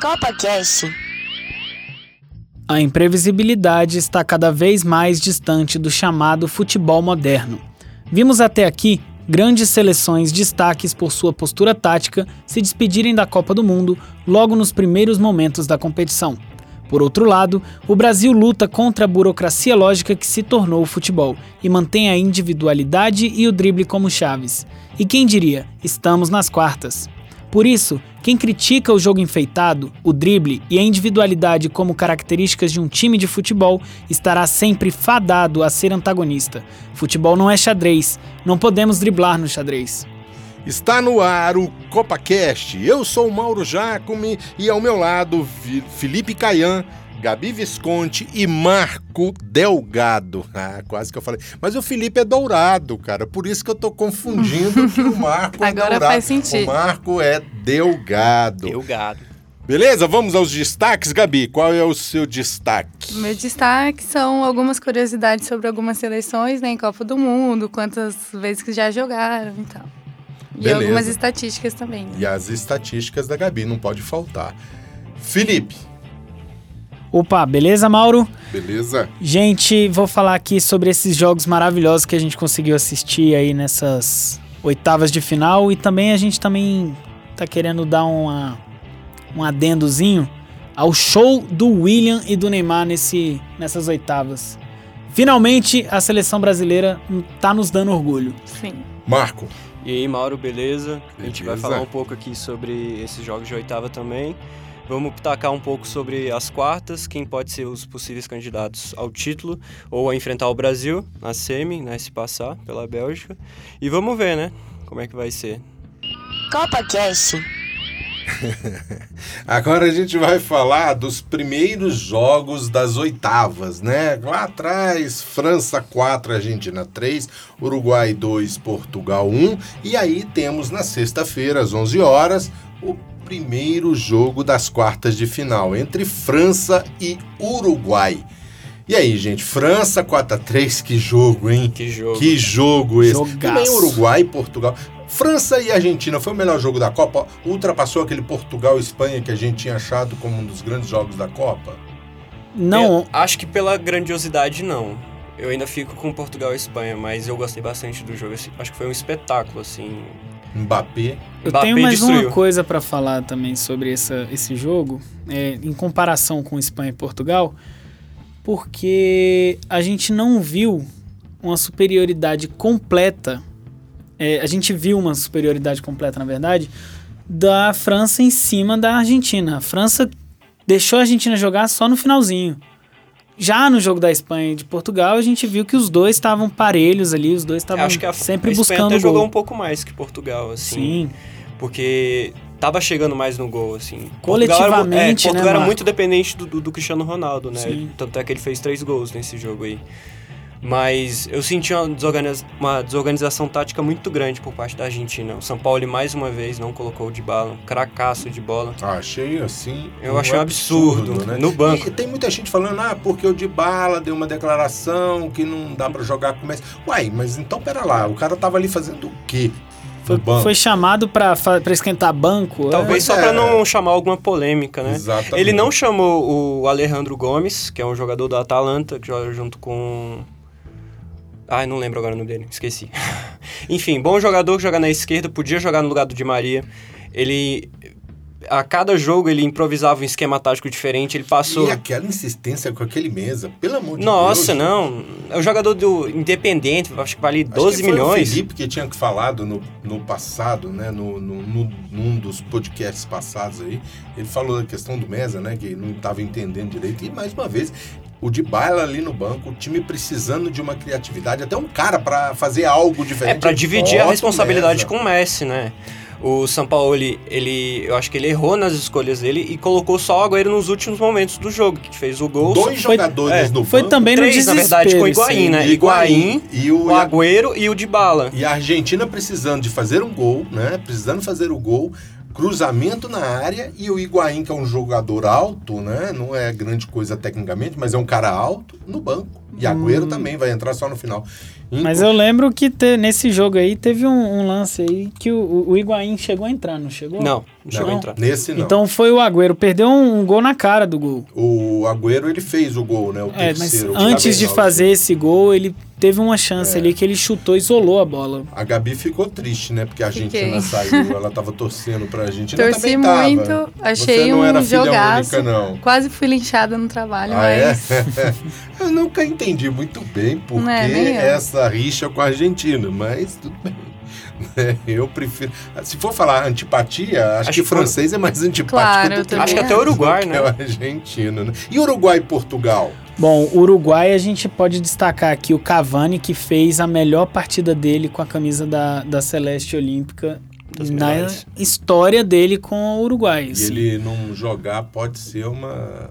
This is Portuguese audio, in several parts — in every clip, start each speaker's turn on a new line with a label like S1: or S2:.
S1: CopaCast.
S2: A imprevisibilidade está cada vez mais distante do chamado futebol moderno. Vimos até aqui grandes seleções destaques por sua postura tática se despedirem da Copa do Mundo logo nos primeiros momentos da competição. Por outro lado, o Brasil luta contra a burocracia lógica que se tornou o futebol e mantém a individualidade e o drible como chaves. E quem diria, estamos nas quartas. Por isso, quem critica o jogo enfeitado, o drible e a individualidade como características de um time de futebol estará sempre fadado a ser antagonista. Futebol não é xadrez, não podemos driblar no xadrez.
S3: Está no ar o CopaCast. Eu sou o Mauro Jacome e ao meu lado Felipe Caian, Gabi Visconti e Marco Delgado. Ah, quase que eu falei. Mas o Felipe é dourado, cara. Por isso que eu tô confundindo que o Marco é
S4: Agora
S3: dourado.
S4: faz sentido.
S3: O Marco é Delgado.
S5: Deu gado.
S3: Beleza? Vamos aos destaques, Gabi. Qual é o seu destaque?
S4: Meu destaque são algumas curiosidades sobre algumas seleções, né, em Copa do Mundo, quantas vezes que já jogaram e tal. E
S3: Beleza.
S4: algumas estatísticas também. né?
S3: E as estatísticas da Gabi, não pode faltar. Felipe,
S2: Opa, beleza, Mauro?
S3: beleza?
S2: Gente, vou falar aqui sobre esses jogos maravilhosos que a gente conseguiu assistir aí nessas oitavas de final e também a gente também tá querendo dar uma, um adendozinho ao show do William e do Neymar nesse, nessas oitavas. Finalmente a seleção brasileira tá nos dando orgulho.
S4: Sim.
S3: Marco,
S5: E aí, Mauro, beleza? A gente vai
S3: Beleza.
S5: falar um pouco aqui sobre esses jogos de oitava também. Vamos tacar um pouco sobre as quartas, quem pode ser os possíveis candidatos ao título ou a enfrentar o Brasil na semi, né, se passar pela Bélgica. E vamos ver, né, como é que vai ser.
S1: CopaCast.
S3: Agora a gente vai falar dos primeiros jogos das oitavas, né? Lá atrás, França 4, Argentina 3, Uruguai 2, Portugal 1. E aí temos na sexta-feira, às 11 horas, o primeiro jogo das quartas de final entre França e Uruguai. E aí, gente, França 4 a 3, que jogo, hein?
S5: Que jogo.
S3: Que jogo esse.
S2: Jogaço.
S3: Também Uruguai e Portugal. França e Argentina foi o melhor jogo da Copa? Ultrapassou aquele Portugal e Espanha que a gente tinha achado como um dos grandes jogos da Copa?
S2: Não,
S5: Eu acho que pela grandiosidade, não. Eu ainda fico com Portugal e Espanha, mas eu gostei bastante do jogo. assim, Acho que foi um espetáculo, assim.
S3: Mbappé.
S2: Eu
S5: Mbappé
S2: tenho mais
S5: destruiu.
S2: uma coisa pra falar também sobre essa- esse jogo, é, em comparação com Espanha e Portugal, porque a gente não viu uma superioridade completa. é, a gente viu uma superioridade completa, na verdade, da França em cima da Argentina. A França deixou a Argentina jogar só no finalzinho. Já no jogo da Espanha e de Portugal, a gente viu que os dois estavam parelhos ali, os dois estavam
S5: acho que a,
S2: sempre
S5: a Espanha
S2: buscando
S5: até
S2: o
S5: jogou
S2: gol.
S5: um pouco mais que Portugal, assim.
S2: Sim.
S5: porque tava chegando mais no gol, assim. Portugal era, é,
S2: Coletivamente, né,
S5: Portugal era
S2: Marco?
S5: muito dependente do, do- do Cristiano Ronaldo, né?
S2: Sim.
S5: Tanto é que ele fez três gols nesse jogo aí. Mas eu senti uma, desorganiz- uma desorganização tática muito grande por parte da Argentina. O São Paulo, mais uma vez, não colocou o de bala, um cracaço de bola.
S3: Ah, achei assim. né?
S5: Eu achei um absurdo, no banco.
S3: E tem muita gente falando, ah, porque o Dybala deu uma declaração que não dá pra jogar com o Messi. Uai, mas então pera lá, o cara tava ali fazendo o quê?
S2: Foi,
S3: no banco.
S2: foi chamado pra, fa- pra esquentar banco.
S5: Talvez
S3: é,
S5: só
S3: é.
S5: pra não chamar alguma polêmica, né?
S3: Exatamente.
S5: Ele não chamou o Alejandro Gomes, que é um jogador da Atalanta, que joga junto com. Ai, não lembro agora o nome dele, esqueci. Enfim, bom jogador que joga na esquerda, podia jogar no lugar do Di Maria. Ele. A cada jogo ele improvisava um esquema tático diferente, ele passou.
S3: E aquela insistência com aquele mesa, pelo amor de Deus.
S5: Nossa, não. É o jogador do Independente, acho que vale
S3: Acho que
S5: 12
S3: foi
S5: milhões.
S3: O Felipe que tinha que falado no, no passado, né? No, no, no- num dos podcasts passados aí. Ele falou da questão do Mesa, né? Que não estava entendendo direito. E mais uma vez, o de baila ali no banco, o time precisando de uma criatividade, até um cara para fazer algo
S5: É
S3: diferente.
S5: pra dividir a
S3: Bota o
S5: responsabilidade
S3: Mesa.
S5: com o Messi, né? O São Paulo, ele, ele- eu acho que ele errou nas escolhas dele e colocou só o Agüero nos últimos momentos do jogo, que fez o gol.
S3: dois
S2: Foi-
S3: jogadores
S5: é,
S3: no
S2: Foi
S3: banco.
S2: também no
S5: três, na
S2: desespero. assim.
S5: verdade, com o
S2: isso aí.
S5: Higuaín, né? Higuaín,
S3: e o,
S5: O Agüero e o Dybala.
S3: E a Argentina precisando de fazer um gol, né? Precisando fazer o gol. cruzamento na área e o Higuaín, que é um jogador alto, né? Não é grande coisa tecnicamente, mas é um cara alto no banco. E Agüero também vai entrar só no final.
S2: Hum. Mas eu lembro que te- nesse jogo aí teve um, um lance aí que o- o, o Higuaín chegou a entrar, não chegou?
S5: Não, não chegou a
S2: Não.
S5: entrar.
S3: Nesse não.
S2: Então foi o Agüero, perdeu um, um gol na cara do gol.
S3: O Agüero ele fez o gol, né? O
S2: É, mas
S3: terceiro. né?
S2: antes de
S3: Gabriel.
S2: fazer esse gol, ele teve uma
S3: É.
S2: chance ali que ele chutou, isolou a bola.
S3: A Gabi ficou triste, né? Porque a Argentina
S4: Fiquei.
S3: saiu, ela tava torcendo pra Argentina. Eu
S4: Torci
S3: também tava.
S4: muito,
S3: Você
S4: achei
S3: não era
S4: um
S3: filha
S4: jogaço.
S3: única, não.
S4: Quase fui linchada no trabalho,
S3: Ah, é?
S4: mas.
S3: eu nunca entendi muito bem por
S4: Não é,
S3: que
S4: nem eu.
S3: essa rixa com a Argentina, mas tudo bem. Né, Eu prefiro. Se for falar antipatia, acho,
S5: Acho
S3: que
S5: que-
S3: francês é mais antipático
S4: Claro, eu
S3: do que
S4: também
S5: Acho que até o Uruguai,
S3: do
S5: né?
S3: que o argentino, né? E Uruguai e Portugal?
S2: Bom, o Uruguai a gente pode destacar aqui o Cavani, que fez a melhor partida dele com a camisa da, da Celeste Olímpica
S5: Das
S2: na
S5: melhores.
S2: história dele com o Uruguai.
S3: E
S2: assim.
S3: ele não jogar pode ser uma.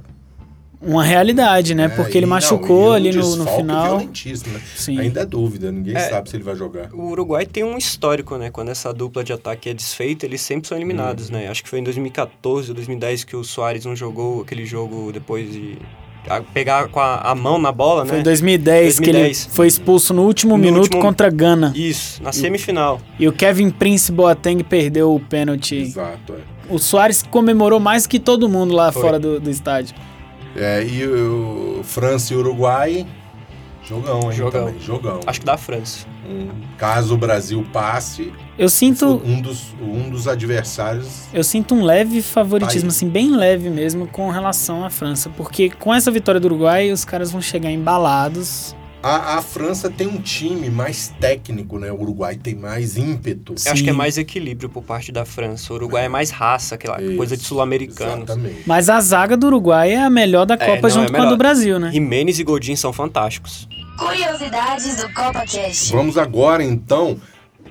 S2: Uma realidade, né?
S3: É,
S2: Porque ele
S3: e-
S2: machucou
S3: não, e um
S2: ali no, no
S3: desfalque
S2: final.
S3: violentíssimo, né?
S2: Sim.
S3: Ainda é dúvida, ninguém
S5: É.
S3: sabe se ele vai jogar.
S5: O Uruguai tem um histórico, né? Quando essa dupla de ataque é desfeita, eles sempre são eliminados,
S2: Uhum.
S5: né? Acho que foi em 2014 ou 2010 que o Soares não jogou aquele jogo depois de a- pegar com a, a mão na bola,
S2: Foi em
S5: né?
S2: 2010, que ele
S5: 2010.
S2: foi expulso no último
S5: No
S2: minuto
S5: último-
S2: contra a Gana.
S5: Isso, na semifinal.
S2: E o Kevin Prince Boateng perdeu o pênalti.
S3: Exato, é.
S2: O Soares comemorou mais que todo mundo lá
S5: Foi.
S2: fora do, do estádio.
S3: É, e o França e Uruguai, jogão, hein?
S5: Jogão.
S3: Também, jogão.
S5: Acho que da França.
S3: Um- caso o Brasil passe,
S2: Eu sinto,
S3: um, dos, um dos adversários.
S2: eu sinto um leve favoritismo,
S3: Aí.
S2: assim, bem leve mesmo, com relação à França. Porque com essa vitória do Uruguai, os caras vão chegar embalados.
S3: A, a França tem um time mais técnico, né? O Uruguai tem mais ímpeto.
S5: Eu Acho que é
S2: Sim.
S5: mais equilíbrio por parte da França. O Uruguai é mais raça, aquela coisa de
S3: Isso,
S5: sul-americano.
S3: Exatamente.
S2: Mas a zaga do Uruguai é a melhor da Copa
S5: não, é
S2: junto com a
S5: melhor.
S2: do Brasil, né?
S5: Jimenez e Godin são fantásticos.
S1: Curiosidades do CopaCast.
S3: Vamos agora, então,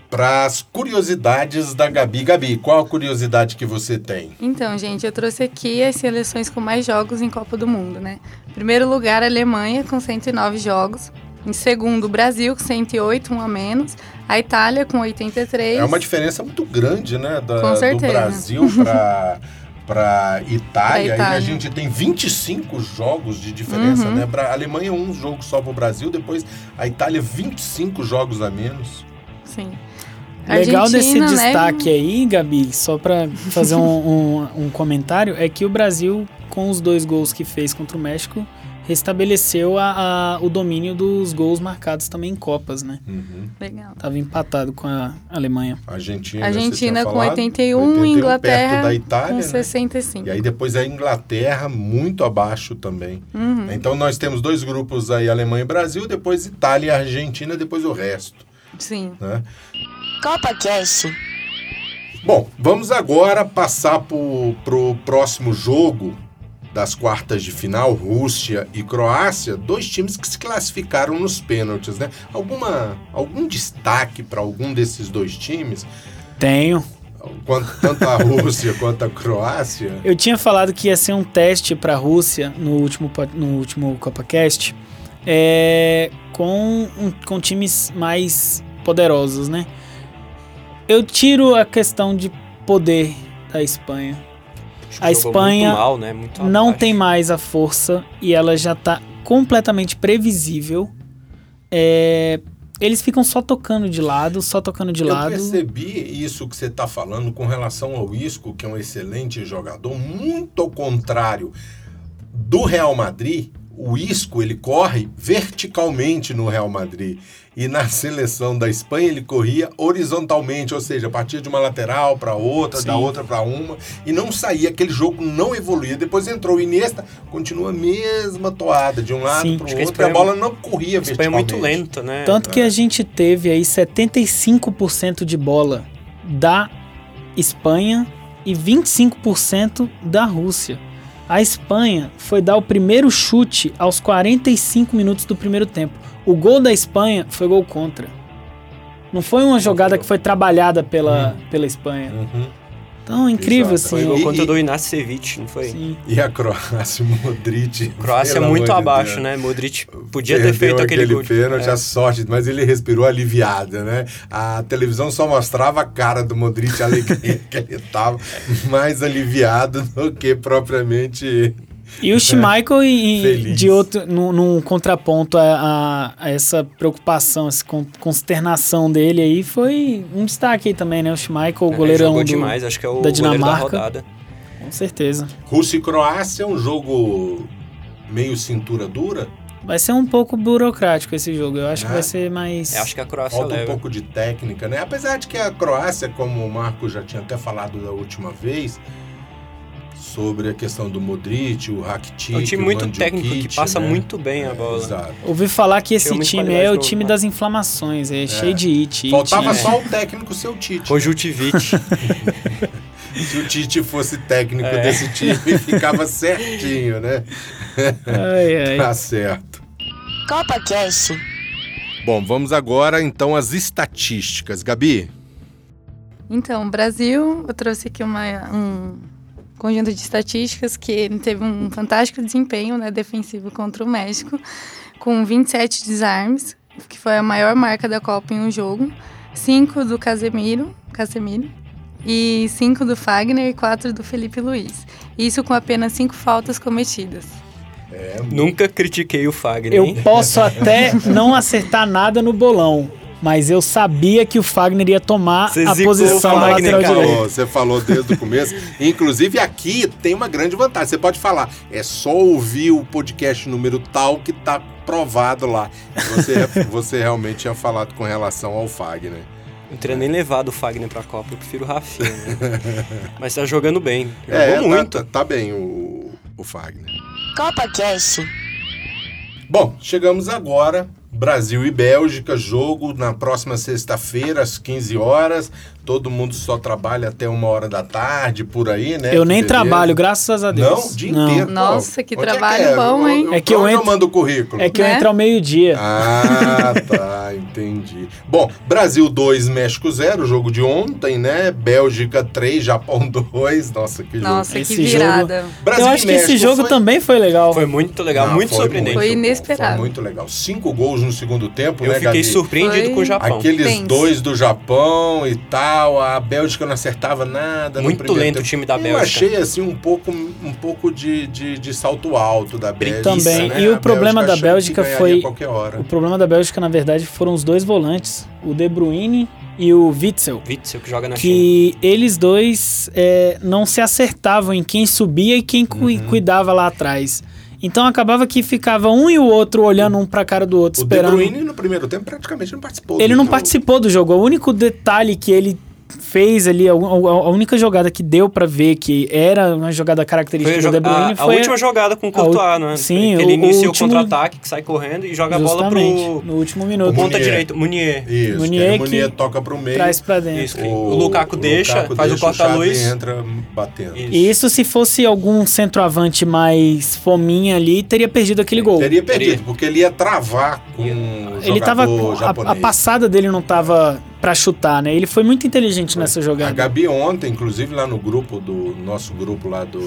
S3: para as curiosidades da Gabi. Gabi, qual a curiosidade que você tem?
S4: Então, gente, eu trouxe aqui as seleções com mais jogos em Copa do Mundo, né? Em primeiro lugar, a Alemanha, com 109 jogos. Em segundo, o Brasil, com 108, um a menos. A Itália, com 83.
S3: É uma diferença muito grande, né? Da,
S4: Com certeza.
S3: Do Brasil para para Itália,
S4: Pra Itália.
S3: e a gente tem 25 jogos de diferença,
S4: Uhum.
S3: né? Para Alemanha um jogo só para o Brasil, depois a Itália 25 jogos a menos.
S4: Sim.
S2: É Legal desse
S4: Argentina, né?
S2: destaque aí, Gabi, só pra fazer um, um- um comentário, é que o Brasil, com os dois gols que fez contra o México, restabeleceu a- a- o domínio dos gols marcados também em Copas, né?
S3: Uhum.
S4: Legal.
S2: Tava empatado com a Alemanha.
S3: Argentina, você
S4: Argentina
S3: tinha
S4: com
S3: falado,
S4: 81,
S3: perto
S4: Inglaterra
S3: da Itália,
S4: com
S3: né?
S4: 65.
S3: E aí depois a Inglaterra muito abaixo também.
S4: Uhum.
S3: Então nós temos dois grupos aí, Alemanha e Brasil, depois Itália e Argentina, depois o resto,
S4: Sim.
S3: né?
S1: CopaCast.
S3: Bom, vamos agora passar pro, pro próximo jogo das quartas de final, Rússia e Croácia, dois times que se classificaram nos pênaltis, né? Alguma, algum destaque para algum desses dois times,
S2: Tenho.
S3: quanto, tanto a Rússia quanto a Croácia?
S2: Eu tinha falado que ia ser um teste pra Rússia no último, po- no último CopaCast, é, com, um- com times mais poderosos, né? Eu tiro a questão de poder da Espanha.
S5: Acho
S2: A
S5: jogou
S2: Espanha
S5: muito mal, né? Muito
S2: não
S5: abaixo.
S2: tem mais a força e ela já tá completamente previsível. É, eles ficam só tocando de lado, só tocando de
S3: Eu
S2: lado.
S3: percebi isso que você está falando com relação ao Isco, que é um excelente jogador, muito ao contrário do Real Madrid. O Isco ele corre verticalmente no Real Madrid e na seleção da Espanha ele corria horizontalmente, ou seja, partia de uma lateral para outra, da
S2: Sim.
S3: outra para uma e não saía aquele jogo não evoluía. Depois entrou o Iniesta, continua a mesma toada de um lado
S2: Sim.
S3: para
S5: Acho
S3: o
S5: que a
S3: outro, e a
S5: Espanha-
S3: bola não corria
S5: A Espanha é muito
S3: verticalmente.
S5: lenta, né?
S2: Tanto que a gente teve aí 75% de bola da Espanha e 25% da Rússia. A Espanha foi dar o primeiro chute aos 45 minutos do primeiro tempo. O gol da Espanha foi gol contra. Não foi uma jogada
S5: foi.
S2: que foi trabalhada pela, pela Espanha.
S3: Uhum.
S2: Então, incrível,
S3: Exato.
S2: assim.
S3: E-
S5: Foi gol contra
S3: e-
S5: do Inacevic, não foi?
S2: Sim.
S3: E a Croácia, Modric.
S5: Croácia é
S3: pelo
S5: muito
S3: amor de
S5: abaixo,
S3: Deus.
S5: né? Modric podia ter
S3: Perdeu
S5: feito aquele, gol. de-
S3: pênalti,
S5: é.
S3: a sorte, mas ele respirou aliviado, né? A televisão só mostrava a cara do Modric, a alegria que ele tava, mais aliviado do que propriamente
S2: E o Schmeichel, e- e
S3: É. Feliz.
S2: de outro, num, num contraponto a, a- a essa preocupação, essa con- consternação dele aí, foi um destaque aí também, né? O Schmeichel, o
S5: É,
S2: goleirão
S5: jogou
S2: do-
S5: demais, acho que é o
S2: da
S5: goleiro da
S2: Dinamarca.
S5: rodada.
S2: Com certeza.
S3: Rússia e Croácia é um jogo meio cintura dura,
S2: Vai ser um pouco burocrático esse jogo. Eu acho
S3: É.
S2: que vai ser mais...
S5: É, acho que a Croácia
S3: falta um
S5: leva.
S3: pouco de técnica, né? Apesar de que a Croácia, como o Marco já tinha até falado da última vez, sobre a questão do Modric, o Rakitic,
S5: é um time
S3: o
S5: muito
S3: Mandzukic,
S5: técnico que passa
S3: né?
S5: muito bem a bola.
S3: Exato.
S2: Ouvi falar que esse
S5: Tem muita
S2: time
S5: qualidade
S2: é o
S5: no-
S2: time das inflamações, é, cheio de it. né? it,
S3: Faltava
S2: it.
S3: só um. o técnico seu Tite.
S5: Conjuntivite.
S3: Se o Tite fosse técnico
S5: É.
S3: desse time, ficava certinho, né?
S5: É.
S2: Ai, ai.
S3: Tá certo.
S1: Copa Cash.
S3: Bom, vamos agora então às estatísticas. Gabi,
S4: Então, Brasil, eu trouxe aqui uma- um conjunto de estatísticas que ele teve um fantástico desempenho né, defensivo contra o México, com 27 desarmes, que foi a maior marca da Copa em um jogo, 5 do Casemiro, Casemiro e 5 do Fagner e 4 do Felipe Luiz. Isso com apenas 5 faltas cometidas.
S3: É
S5: Nunca critiquei o Fagner.
S2: Eu
S5: hein?
S2: posso até não acertar nada no bolão, mas eu sabia que o Fagner ia tomar
S5: Você
S2: a
S5: zicou o
S2: posição da
S5: Fagner,
S2: lateral
S5: cara.
S2: direita.
S3: falou, você falou desde o começo. é Inclusive, aqui tem uma grande vantagem. Você pode falar, é só ouvir o podcast número tal que tá provado lá. Você, é, você realmente tinha falado com relação ao Fagner.
S5: Não teria nem levado o Fagner pra Copa, eu prefiro o Rafinha. Né? Mas tá jogando bem. Jogou
S3: É, tá-
S5: muito.
S3: Tá, tá bem o, o Fagner.
S1: Copa Cash.
S3: Bom, chegamos agora. Brasil e Bélgica, jogo na próxima sexta-feira, às 15 horas. Todo mundo só trabalha até uma hora da tarde, por aí, né?
S2: Eu nem
S3: Beleza.
S2: trabalho, graças a Deus.
S3: Não, o dia inteiro.
S4: Nossa, que
S3: Onde é
S4: trabalho
S3: é?
S4: bom,
S3: O-
S4: hein?
S2: É que eu
S3: onde
S2: entro-
S3: mando o currículo.
S2: É que eu
S4: Né?
S2: entro ao meio-dia.
S3: Ah, tá, entendi. Bom, Brasil 2, México 0, jogo de ontem, né? Bélgica 3, Japão 2. Nossa, que jogo.
S4: Nossa,
S2: Esse
S4: que
S2: jogo-
S4: virada.
S3: Brasil
S2: eu
S3: e
S2: acho que esse
S3: México
S2: jogo
S3: Ah, foi-
S2: também foi legal.
S5: Foi muito legal,
S3: Não,
S5: muito
S3: foi
S5: surpreendente.
S3: muito
S4: Foi
S3: bom,
S4: inesperado.
S3: Foi muito legal. Cinco gols no segundo tempo,
S5: Eu
S3: né,
S5: fiquei
S3: Gabi?
S5: surpreendido
S4: Foi-
S5: com o Japão.
S3: Aqueles
S4: Pense.
S3: dois do Japão e tal, a Bélgica não acertava nada. no
S5: Muito
S3: primeiro
S5: lento o
S3: tempo.
S5: time da
S3: Eu
S5: Bélgica.
S3: achei assim um pouco, um pouco de, de, de salto alto da Bélgica.
S2: Também.
S3: né?
S2: E o
S3: A
S2: problema da
S3: achando que
S2: Bélgica
S3: ganharia
S2: foi-
S3: qualquer hora.
S2: O problema da Bélgica, na verdade, foram os dois volantes, o De Bruyne e o Witzel.
S5: Witzel que joga na China.
S2: Que eles dois é, não se acertavam em quem subia e quem cu-
S3: Uhum.
S2: cuidava lá atrás. Então acabava que ficava um e o outro olhando um pra cara do outro,
S3: O De
S2: esperando.
S3: Bruyne no primeiro tempo praticamente não participou.
S2: Ele
S3: do
S2: não
S3: jogo.
S2: participou do jogo. O único detalhe que ele fez ali, a, a- a única jogada que deu pra ver que era uma jogada característica
S5: Foi a,
S2: do
S5: joga-
S2: De Bruyne
S5: a- a
S2: foi
S5: última jogada com o Courtois, né?
S2: sim,
S5: que ele
S2: o- o
S5: inicia o,
S2: último-
S5: contra-ataque, que sai correndo e joga a bola
S2: justamente
S5: pro
S2: no último
S5: pro
S2: minuto.
S3: Munier.
S5: ponta direito, Munier.
S3: Isso,
S2: Munier
S3: Munier,
S2: que
S3: Munier toca pro meio.
S2: Traz pra dentro.
S5: Isso, que o, Lukaku deixa,
S3: Lukaku
S5: faz
S3: deixa,
S5: o corta-luz.
S3: Xavi entra batendo.
S5: Isso.
S2: E isso se fosse algum centroavante mais fominha ali, teria perdido aquele gol.
S3: Teria perdido,
S5: Teria. um
S3: porque ele ia travar com o
S2: Ele tava.
S3: jogador
S2: a- A,
S3: japonês.
S2: passada dele não tava pra chutar, né? Ele foi muito inteligente nessa
S3: A
S2: jogada.
S3: Gabi ontem, inclusive lá no grupo do nosso grupo lá do,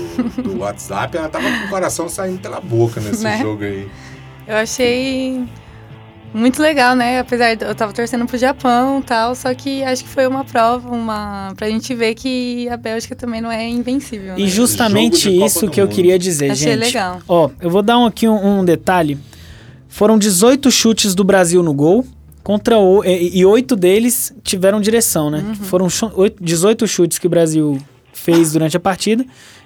S3: do WhatsApp, ela tava com o coração saindo pela boca nesse
S4: Né?
S3: jogo aí.
S4: Eu achei muito legal, né? Apesar de eu tava torcendo pro Japão e tal, só que acho que foi uma prova, uma pra gente ver que a Bélgica também não é invencível, né?
S2: E justamente
S3: Jogo de Copa
S2: isso
S3: do
S2: que eu
S3: Mundo.
S2: queria dizer,
S4: Achei
S2: gente.
S4: legal.
S2: Ó, eu vou dar um, aqui um, um detalhe. Foram 18 chutes do Brasil no gol, contra o, e, e 8 deles tiveram direção,
S5: Uhum.
S2: né? Foram chu- oito- 18 chutes que o Brasil fez durante a partida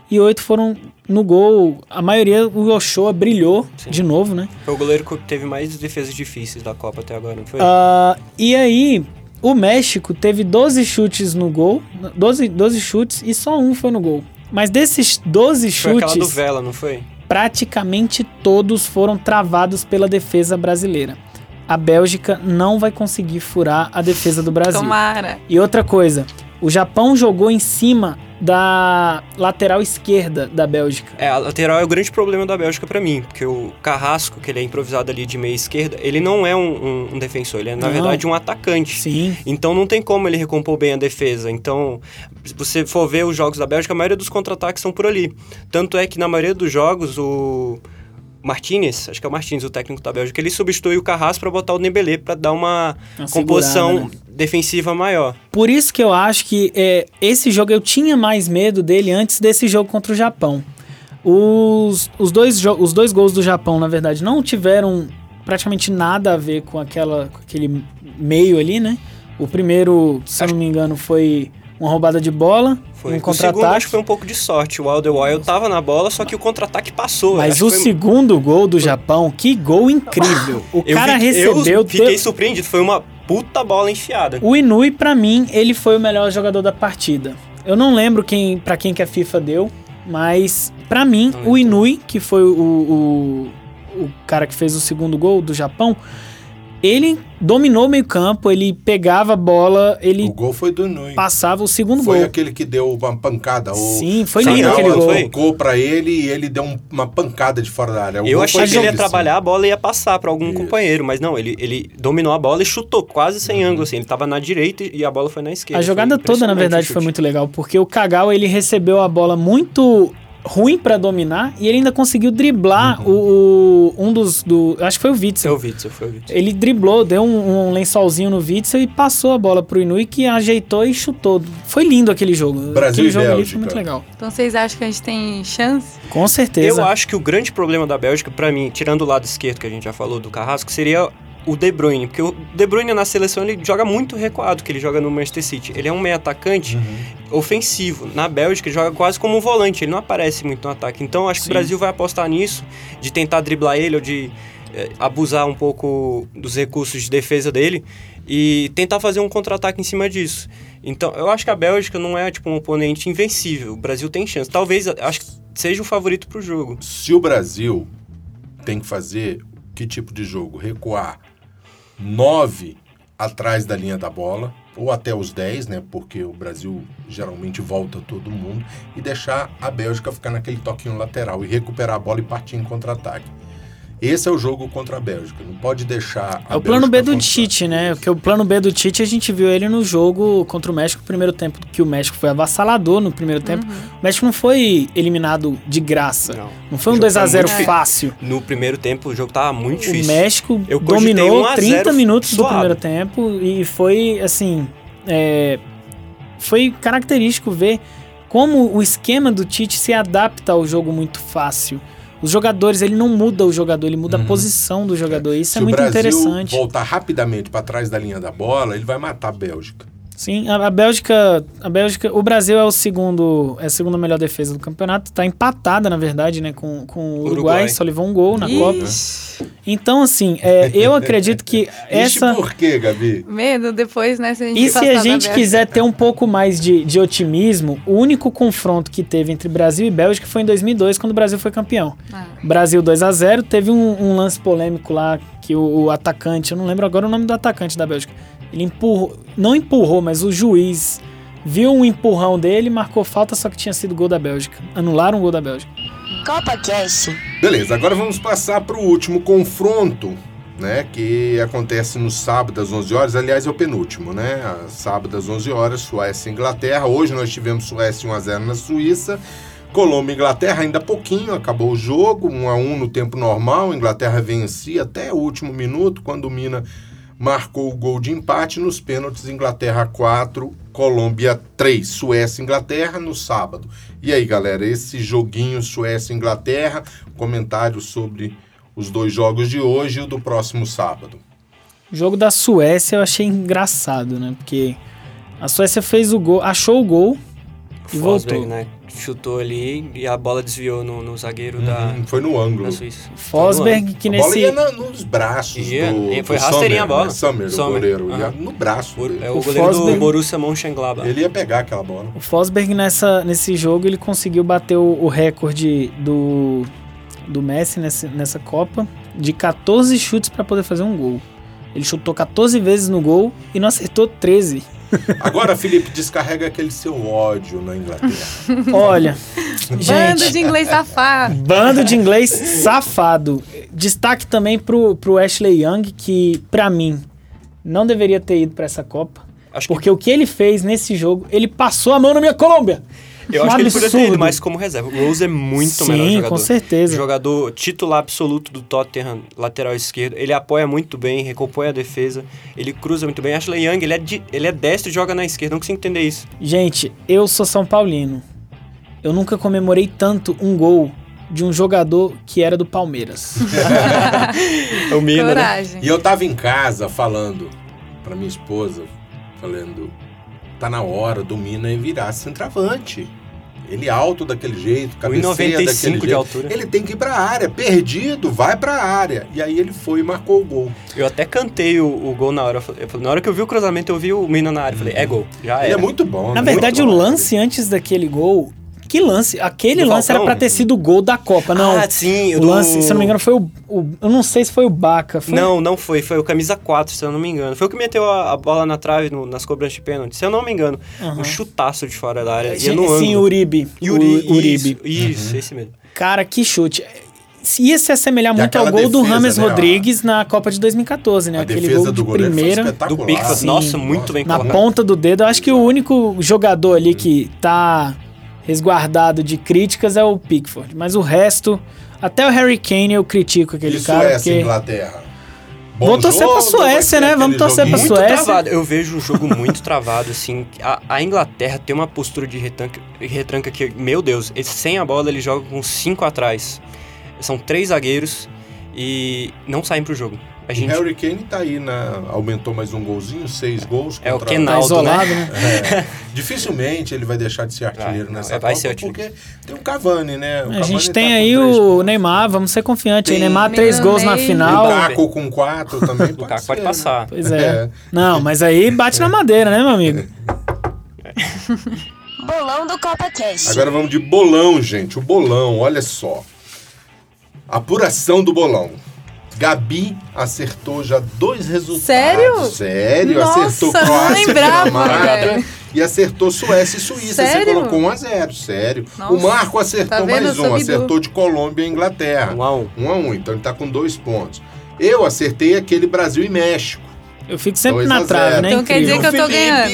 S2: e 8 foram no gol. A maioria, o Ochoa brilhou
S5: Sim.
S2: de novo, né?
S5: Foi o goleiro que teve mais defesas difíceis da Copa até agora, não foi?
S2: Ah, e aí, o México teve 12 chutes no gol, 12, 12 chutes e só um foi no gol. Mas desses 12
S5: foi aquela do
S2: chutes,
S5: Vela, não foi?
S2: praticamente todos foram travados pela defesa brasileira. A Bélgica não vai conseguir furar a defesa do Brasil.
S4: Tomara.
S2: E outra coisa, o Japão jogou em cima da lateral esquerda da Bélgica.
S5: É, a lateral é o grande problema da Bélgica pra mim, porque o Carrasco, que ele é improvisado ali de meia esquerda, ele não é um, um- um defensor, ele é na
S2: Não.
S5: verdade um atacante.
S2: Sim.
S5: Então não tem como ele recompor bem a defesa. Então, se você for ver os jogos da Bélgica, a maioria dos contra-ataques são por ali. Tanto é que na maioria dos jogos o Martinez, acho que é o Martinez, o técnico da Bélgica, ele substitui o Carrasco pra botar o Nebelé pra dar uma,
S2: Uma
S5: composição
S2: segurada, né?
S5: defensiva maior.
S2: Por isso que eu acho que é, esse jogo eu tinha mais medo dele antes desse jogo contra o Japão. Os, os, dois, jo- os dois gols do Japão, na verdade, não tiveram praticamente nada a ver com, aquela, com aquele meio ali, né? O primeiro, se eu não me engano, foi uma roubada de bola,
S5: Foi.
S2: um
S5: o segundo acho
S2: contra-ataque.
S5: que foi um pouco de sorte. O Alderweireld tava na bola, só que o contra-ataque passou.
S2: Mas
S5: um Acho
S2: o
S5: que foi-
S2: segundo gol do Japão, que gol incrível! O
S5: Eu
S2: cara
S5: vi-
S2: recebeu...
S5: Eu fiquei
S2: te-
S5: surpreendido, foi uma puta bola enfiada.
S2: O Inui, pra mim, ele foi o melhor jogador da partida. Eu não lembro quem, para quem que a FIFA deu, mas pra mim,
S5: Não
S2: o Inui, que foi o, o, o cara que fez o segundo gol do Japão, ele dominou o meio campo, ele pegava a bola, ele
S3: O gol foi do Nui.
S2: passava o segundo
S3: Foi
S2: gol.
S3: aquele que deu uma pancada. O
S2: Sim, foi
S5: Sim,
S2: lindo
S5: não,
S2: aquele
S5: não
S2: gol.
S5: foi?
S3: tocou pra ele e ele deu um- uma pancada de fora da área. O
S5: Eu
S3: gol
S5: achei
S3: foi
S5: que ele ia
S3: dele, sim.
S5: trabalhar a bola e ia passar pra algum
S3: Isso.
S5: companheiro, mas não, ele, ele dominou a bola e chutou quase sem ângulo, assim. Ele tava na direita e a bola foi na esquerda.
S2: A
S5: Foi
S2: jogada toda, na
S5: impressionante o
S2: verdade,
S5: chute.
S2: foi muito legal, porque o Kagawa, ele recebeu a bola muito ruim pra dominar e ele ainda conseguiu driblar
S5: Uhum.
S2: o, o- um dos do, acho que foi o Witzel.
S5: Foi o Witzel, foi o Witzel.
S2: Ele driblou, deu um, um lençolzinho no Witzel e passou a bola pro Inui, que ajeitou e chutou. Foi lindo aquele jogo.
S3: Brasil
S2: aquele
S3: e
S2: jogo ali
S3: Bélgica.
S2: foi muito legal.
S4: Então vocês acham que a gente tem chance?
S2: Com certeza.
S5: Eu acho que o grande problema da Bélgica, pra mim, tirando o lado esquerdo que a gente já falou do Carrasco, seria o De Bruyne, porque o De Bruyne na seleção ele joga muito recuado, que ele joga no Manchester City. Ele é um meio atacante
S2: Uhum.
S5: ofensivo. Na Bélgica ele joga quase como um volante, ele não aparece muito no ataque. Então acho que
S2: Sim.
S5: o Brasil vai apostar nisso, de tentar driblar ele ou de eh, abusar um pouco dos recursos de defesa dele e tentar fazer um contra-ataque em cima disso. Então, eu acho que a Bélgica não é tipo um oponente invencível. O Brasil tem chance. Talvez acho que seja o favorito pro jogo.
S3: Se o Brasil tem que fazer que tipo de jogo? Recuar nove atrás da linha da bola, ou até os 10, né? Porque o Brasil geralmente volta todo mundo, e deixar a Bélgica ficar naquele toquinho lateral e recuperar a bola e partir em contra-ataque. Esse é o jogo contra a Bélgica. Não pode deixar. a
S2: É o plano B
S3: Bélgica tá
S2: do
S3: contra-
S2: Tite, né? Porque o plano B do Tite a gente viu ele no jogo contra o México, no primeiro tempo, que o México foi avassalador no primeiro tempo. O México não foi eliminado de graça. Não,
S5: Não.
S2: foi um
S5: O jogo tá
S2: 2x0
S5: muito difícil.
S2: fácil.
S5: No primeiro tempo, o jogo tava muito
S2: O
S5: É difícil.
S2: México
S5: Eu cogitei
S2: dominou
S5: 1 a 0
S2: 30 minutos
S5: suave.
S2: do primeiro tempo e foi assim. é, foi característico ver como o esquema do Tite se adapta ao jogo muito fácil. Os jogadores, ele não muda o jogador, ele
S5: Uhum.
S2: muda a posição do jogador. Isso
S3: Se
S2: é
S3: o
S2: muito
S3: Brasil
S2: interessante.
S3: voltar rapidamente para trás da linha da bola, ele vai matar a Bélgica.
S2: Sim, a, a Bélgica, a Bélgica, o Brasil é o segundo, é a segunda melhor defesa do campeonato, tá empatada na verdade, né, com, com o Uruguai,
S5: Uruguai.
S2: só levou um gol na Copa.
S4: Ixi,
S2: Então assim, é, eu acredito que essa
S3: Ixi, por quê, Gabi?
S4: medo depois, né? Se a gente
S2: E se
S4: passar
S2: a
S4: da
S2: gente
S4: Bélgica.
S2: quiser ter um pouco mais de, de otimismo, o único confronto que teve entre Brasil e Bélgica foi em 2002, quando o Brasil foi campeão.
S4: Ah,
S2: Brasil 2 a 0 teve um, um lance polêmico lá que o, o atacante, eu não lembro agora o nome do atacante da Bélgica, ele empurrou, não empurrou, mas o juiz viu um empurrão dele, marcou falta, só que tinha sido gol da Bélgica. Anularam o gol da Bélgica.
S1: Copa Cash.
S3: Beleza, agora vamos passar para o último confronto, né? Que acontece no sábado às 11 horas. Aliás, é o penúltimo, né? a- Sábado às 11 horas, Suécia e Inglaterra. Hoje nós tivemos Suécia 1x0 na Suíça. Colômbia e Inglaterra, ainda pouquinho, acabou o jogo, 1x1 no tempo normal. Inglaterra vencia até o último minuto, quando o Mina marcou o gol de empate nos pênaltis. Inglaterra 4, Colômbia 3. Suécia e Inglaterra no sábado. E aí, galera, esse joguinho Suécia e Inglaterra, comentário sobre os dois jogos de hoje e o do próximo sábado.
S2: O jogo da Suécia eu achei engraçado, né? Porque a Suécia fez o gol, achou o gol e voltou.
S5: Forsberg, né? Chutou ali e a bola desviou no, no zagueiro da,
S3: Hum, Foi no ângulo.
S5: da Suíça.
S2: Fosberg, que
S3: Tá a
S2: nesse
S3: bola ia na- nos braços
S5: Ia,
S3: do,
S5: e foi
S3: do Sommer,
S5: rasteirinha a bola.
S3: né? Sommer, o
S5: Sommer,
S3: goleiro. ia
S5: aham.
S3: no braço dele.
S5: É o,
S2: O
S5: goleiro
S2: Forsberg-
S5: do Borussia Mönchengladbach.
S3: Ele ia pegar aquela bola.
S2: O Fosberg nessa, nesse jogo ele conseguiu bater o, o recorde do, do Messi nessa, nessa Copa de 14 chutes para poder fazer um gol. Ele chutou 14 vezes no gol e não acertou 13.
S3: Agora, Felipe, descarrega aquele seu ódio na Inglaterra.
S2: Olha,
S4: Bando
S2: gente,
S4: de inglês tá safado.
S2: bando de inglês safado. Destaque também pro, pro Ashley Young, que pra mim não deveria ter ido pra essa Copa.
S5: Acho que,
S2: Porque o que ele fez nesse jogo, ele passou a mão na minha Colômbia.
S5: eu
S2: Um
S5: acho que ele poderia ter
S2: absurdo.
S5: ido mais como reserva. O Rose é muito
S2: Sim,
S5: melhor jogador.
S2: com certeza.
S5: Jogador titular absoluto do Tottenham, lateral esquerdo. Ele apoia muito bem, recompõe a defesa. Ele cruza muito bem. Ashley Young, ele é, de, ele é destro e joga na esquerda. Não consigo entender isso.
S2: Gente, eu sou São Paulino. Eu nunca comemorei tanto um gol de um jogador que era do Palmeiras.
S5: É o Mina, né?
S4: Coragem.
S3: E eu tava em casa falando pra minha esposa, falando, tá na hora do Mina virar centroavante. Ele alto daquele jeito, cabeceia daquele
S5: 1,95
S3: jeito.
S5: de altura.
S3: Ele tem que ir pra área, perdido, vai pra área. E aí ele foi e marcou o gol.
S5: Eu até cantei o, o gol na hora. Eu falei, eu falei- na hora que eu vi o cruzamento, eu vi o Mina na área. Eu Falei, é gol. Já
S3: Ele
S5: era.
S3: é muito bom.
S2: Na
S3: né?
S2: verdade, o
S3: Muito bom.
S2: lance antes daquele gol. Que lance? Aquele
S5: Do
S2: lance
S5: Falcão?
S2: era pra ter sido o gol da Copa, não.
S5: Ah, sim.
S2: o
S5: do-
S2: lance, se eu não me engano, foi o. o- eu não sei se foi o Baca. Foi...
S5: Não, não foi. Foi o camisa 4, se eu não me engano. Foi o que meteu a, a bola na trave no- nas cobranças de pênalti, se eu não me engano.
S2: Aham.
S5: Um chutaço de fora da área. Ia
S2: Sim,
S5: é, no ângulo.
S2: sim, Uribe.
S5: Yuri-
S2: U- Uribe.
S5: Isso,
S3: Uhum.
S5: isso, esse mesmo.
S2: Cara, que chute. Ia se assemelhar
S3: E
S2: muito ao
S3: aquela
S2: gol do
S3: defesa,
S2: Rames
S3: né,
S2: Rodrigues na Copa de 2014, né?
S3: A
S2: Aquele
S3: defesa
S2: gol de
S3: do goleiro foi
S2: primeira.
S5: Do
S3: espetacular.
S5: Pickford.
S2: Sim.
S5: Nossa, muito bem
S2: na
S5: colocado.
S2: ponta do dedo. Eu acho que o único jogador ali que tá resguardado de críticas é o Pickford. Mas o resto, até o Harry Kane eu critico aquele
S3: Isso
S2: cara.
S3: é essa
S2: porque...
S3: Inglaterra. Bom
S2: Vou torcer pra Suécia,
S3: vai ter
S2: né? Vamos
S3: aquele
S2: torcer pra
S3: joguinho.
S5: Muito
S4: é
S2: Suécia.
S5: travado. Eu vejo um jogo muito travado, assim. A, a Inglaterra tem uma postura de retranca, retranca que, meu Deus, eles, sem a bola eles jogam com cinco atrás. São três zagueiros e não saem pro jogo. A gente.
S3: Harry Kane tá aí, na, aumentou mais um golzinho, seis gols.
S5: É o
S3: contra-
S2: Tá
S5: Kenaldo,
S2: isolado, né?
S3: É, dificilmente ele vai deixar de ser artilheiro
S5: Vai, não,
S3: nessa
S5: Ah, vai
S3: Copa,
S5: ser
S3: porque
S5: artilheiro.
S3: tem o Cavani, né? O
S2: A
S3: Cavani
S2: gente
S3: tá
S2: tem
S3: com
S2: aí
S3: três
S2: o
S3: pontos.
S2: Neymar, vamos ser confiantes aí.
S3: Tem
S2: Neymar, três
S4: Neymar,
S2: gols na
S4: Ney.
S2: final.
S3: Lukaku com quatro também
S5: O
S3: pode
S5: Caco
S3: ser,
S5: pode
S3: né?
S5: passar.
S2: Pois é. Não, mas aí bate na madeira, né, meu amigo?
S1: Bolão do CopaCast.
S3: Agora vamos de bolão, gente. O bolão, olha só. Apuração do bolão. Gabi acertou já dois resultados.
S4: Sério?
S3: Sério,
S4: Nossa,
S3: acertou
S4: não
S3: Croácia e
S4: lembrava,
S3: Dinamarca
S4: velho.
S3: e acertou Suécia e Suíça. Você
S4: Sério?
S3: colocou 1 a 0, sério.
S4: Nossa,
S3: o Marco acertou
S4: tá vendo?
S3: mais
S4: Eu sou
S3: um,
S4: bidu.
S3: acertou de Colômbia e
S4: é.
S3: Inglaterra.
S5: Um a um.
S3: 1 a 1, então ele tá com dois pontos. Eu acertei aquele Brasil e México.
S2: Eu fico sempre
S3: Dois a
S2: na trave,
S3: zero.
S2: né?
S4: Então quer
S2: Incrível.
S4: dizer que eu tô
S3: Felipe
S4: ganhando.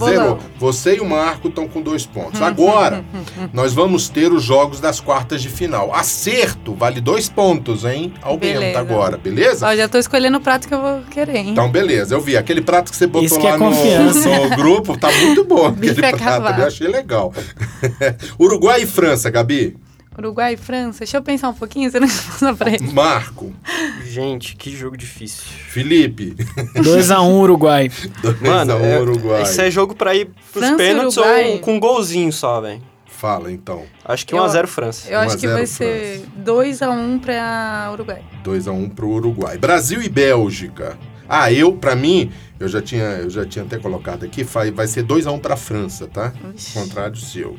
S3: Zerou.
S4: Bolão.
S3: Você e o Marco estão com dois pontos. Agora, nós vamos ter os jogos das quartas de final. Acerto vale dois pontos, hein? Aumenta
S4: Beleza.
S3: agora, beleza?
S4: Ó, já tô escolhendo o prato que eu vou querer, hein?
S3: Então, beleza. Eu vi. Aquele prato que você botou
S2: Isso que é
S3: lá no,
S2: confiança.
S3: no grupo tá muito bom. Aquele
S4: Bife a
S3: prato,
S4: cavalo.
S3: eu achei legal. Uruguai e França, Gabi.
S4: Uruguai e França. Deixa eu pensar um pouquinho, você não passa pra ele.
S3: Marco.
S5: Gente, que jogo difícil.
S3: Felipe.
S2: 2x1 Uruguai.
S3: Dois
S5: Mano,
S3: a um,
S5: é,
S3: Uruguai.
S5: Isso é jogo pra ir pros
S4: França e
S5: pênaltis
S4: Uruguai.
S5: ou com um golzinho só, velho.
S3: Fala, então.
S5: Acho que
S4: Eu-
S5: 1x0 França.
S4: Eu
S3: Um a
S4: acho que
S3: zero,
S4: vai ser 2x1 pra Uruguai.
S3: 2 a 1 pro Uruguai. Brasil e Bélgica. Ah, eu, pra mim, eu já tinha, eu já tinha até colocado aqui, vai, vai ser 2 a 1 pra França, tá?
S4: Ixi.
S3: Contrário seu.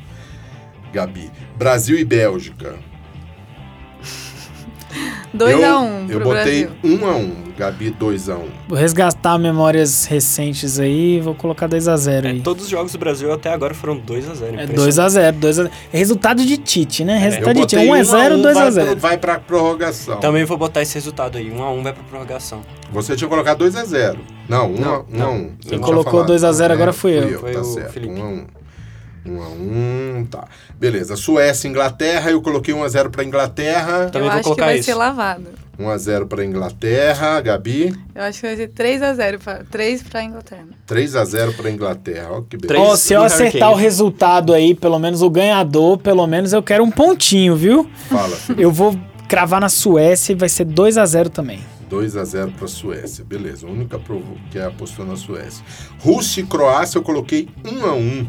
S3: Gabi. Brasil e Bélgica. Eu-
S4: 2x1 pro
S3: Eu botei
S4: Brasil.
S3: 1 a 1, Gabi 2 a 1.
S2: Vou resgatar memórias recentes aí vou colocar 2x0 aí.
S5: É, todos os jogos do Brasil até agora foram 2x0.
S2: É 2x0, 2x0. É Resultado de Tite, né?
S3: É, Eu
S5: É.
S2: Resultado de
S3: botei
S2: Tite. 1x0,
S3: 1, vai pra-
S2: 2x0.
S3: Vai pra prorrogação.
S5: Também vou botar esse resultado aí. 1x1 vai pra prorrogação.
S3: Você tinha colocado 2 a 0. Não, 1 a 1.
S5: Não, não.
S2: Quem colocou 2 a 0 agora fui eu.
S5: Foi
S3: tá
S5: o
S3: certo. 1
S5: Felipe.
S3: a 1. 1 a 1, tá. Beleza. Suécia, Inglaterra, eu coloquei 1 a 0 pra Inglaterra.
S5: Também
S4: eu
S5: vou
S4: acho
S5: colocar
S4: que vai
S5: isso.
S4: ser lavado.
S3: 1 a 0 para Inglaterra, Gabi.
S4: Eu acho que vai ser 3x0, pra, 3 pra Inglaterra.
S3: 3 a 0 para Inglaterra. Ó, que beleza.
S5: Três.
S2: Ó, se eu
S5: do
S2: acertar
S5: Hurricane.
S2: o resultado aí, pelo menos o ganhador, pelo menos eu quero um pontinho, viu?
S3: Fala.
S2: Eu vou cravar na Suécia e vai ser 2x0 também.
S3: 2 a 0 para Suécia. Beleza. A única provo- que apostou na Suécia. Rússia e Croácia eu coloquei 1 a 1.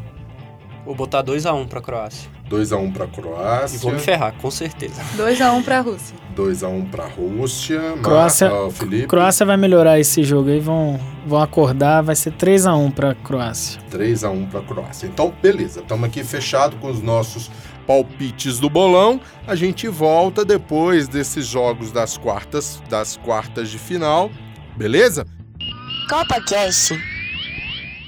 S5: Vou botar 2x1 pra Croácia.
S3: 2 a 1 para
S5: E vou me
S3: Croácia,
S5: ferrar, com certeza.
S4: 2x1 pra Rússia.
S3: 2 a 1 para Rússia. Mar-
S2: Croácia-
S3: ó, Felipe,
S2: Croácia vai melhorar esse jogo aí, vão, vão acordar, vai ser 3x1 pra Croácia.
S3: 3 a 1 para Croácia. Então, beleza. Estamos aqui fechado com os nossos palpites do bolão. A gente volta depois desses jogos das quartas, das quartas de final. Beleza?
S1: CopaCast.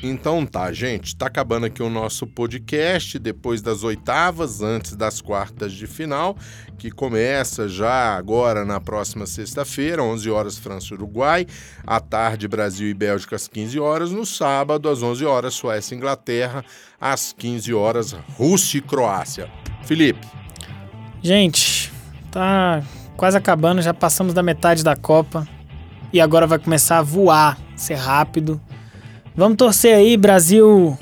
S3: Então tá, gente, tá acabando aqui o nosso podcast, depois das oitavas, antes das quartas de final, que começa já agora na próxima sexta-feira, 11 horas França e Uruguai, à tarde Brasil e Bélgica às 15 horas, no sábado às 11 horas Suécia e Inglaterra, às 15 horas Rússia e Croácia. Felipe,
S2: Gente, tá quase acabando, já passamos da metade da Copa e agora vai começar a voar, ser rápido. Vamos torcer aí, Brasil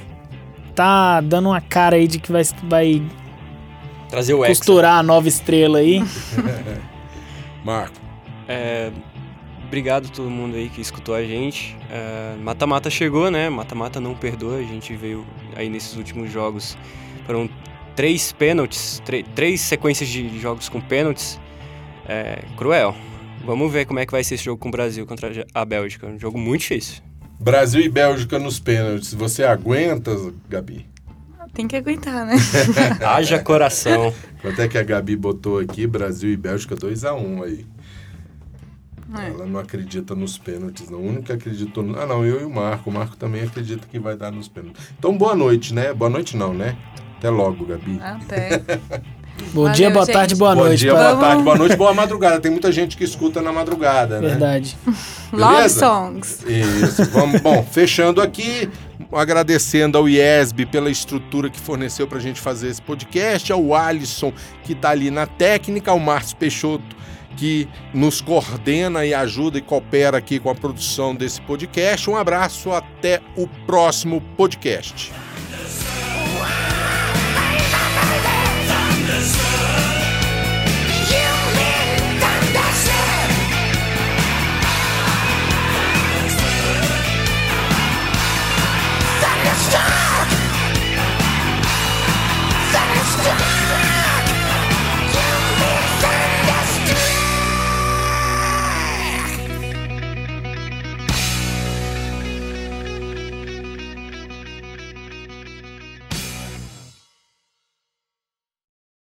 S2: tá dando uma cara aí de que vai, vai
S5: Trazer o Hexa.
S2: costurar a nova estrela aí.
S3: Marco,
S5: Obrigado a todo mundo aí que escutou a gente. É, Mata-mata chegou, né? Mata-mata não perdoa. A gente veio aí nesses últimos jogos. Foram três pênaltis, tre- três sequências de jogos com pênaltis. É, cruel. Vamos ver como é que vai ser esse jogo com o Brasil contra a Bélgica. Um jogo muito difícil.
S3: Brasil e Bélgica nos pênaltis, você aguenta, Gabi?
S4: Tem que aguentar, né?
S5: Haja coração.
S3: Quanto é que a Gabi botou aqui? Brasil e Bélgica 2x1 aí.
S4: É.
S3: Ela não acredita nos pênaltis, não. O único que acreditou. no- Ah, não, eu e o Marco. O Marco também acredita que vai dar nos pênaltis. Então, boa noite, né? Boa noite, não, né? Até logo, Gabi.
S4: Até.
S2: Bom dia,
S4: Valeu,
S2: boa
S4: gente.
S2: tarde, boa
S3: Bom
S2: noite.
S3: dia,
S2: pra-
S3: boa tarde, boa noite, boa madrugada. Tem muita gente que escuta na madrugada, né?
S2: Verdade.
S4: Love
S3: Beleza?
S4: songs.
S3: Isso, vamos. Bom, fechando aqui, agradecendo ao IESB pela estrutura que forneceu para a gente fazer esse podcast, ao Alisson, que está ali na técnica, ao Márcio Peixoto, que nos coordena e ajuda e coopera aqui com a produção desse podcast. Um abraço, até o próximo podcast.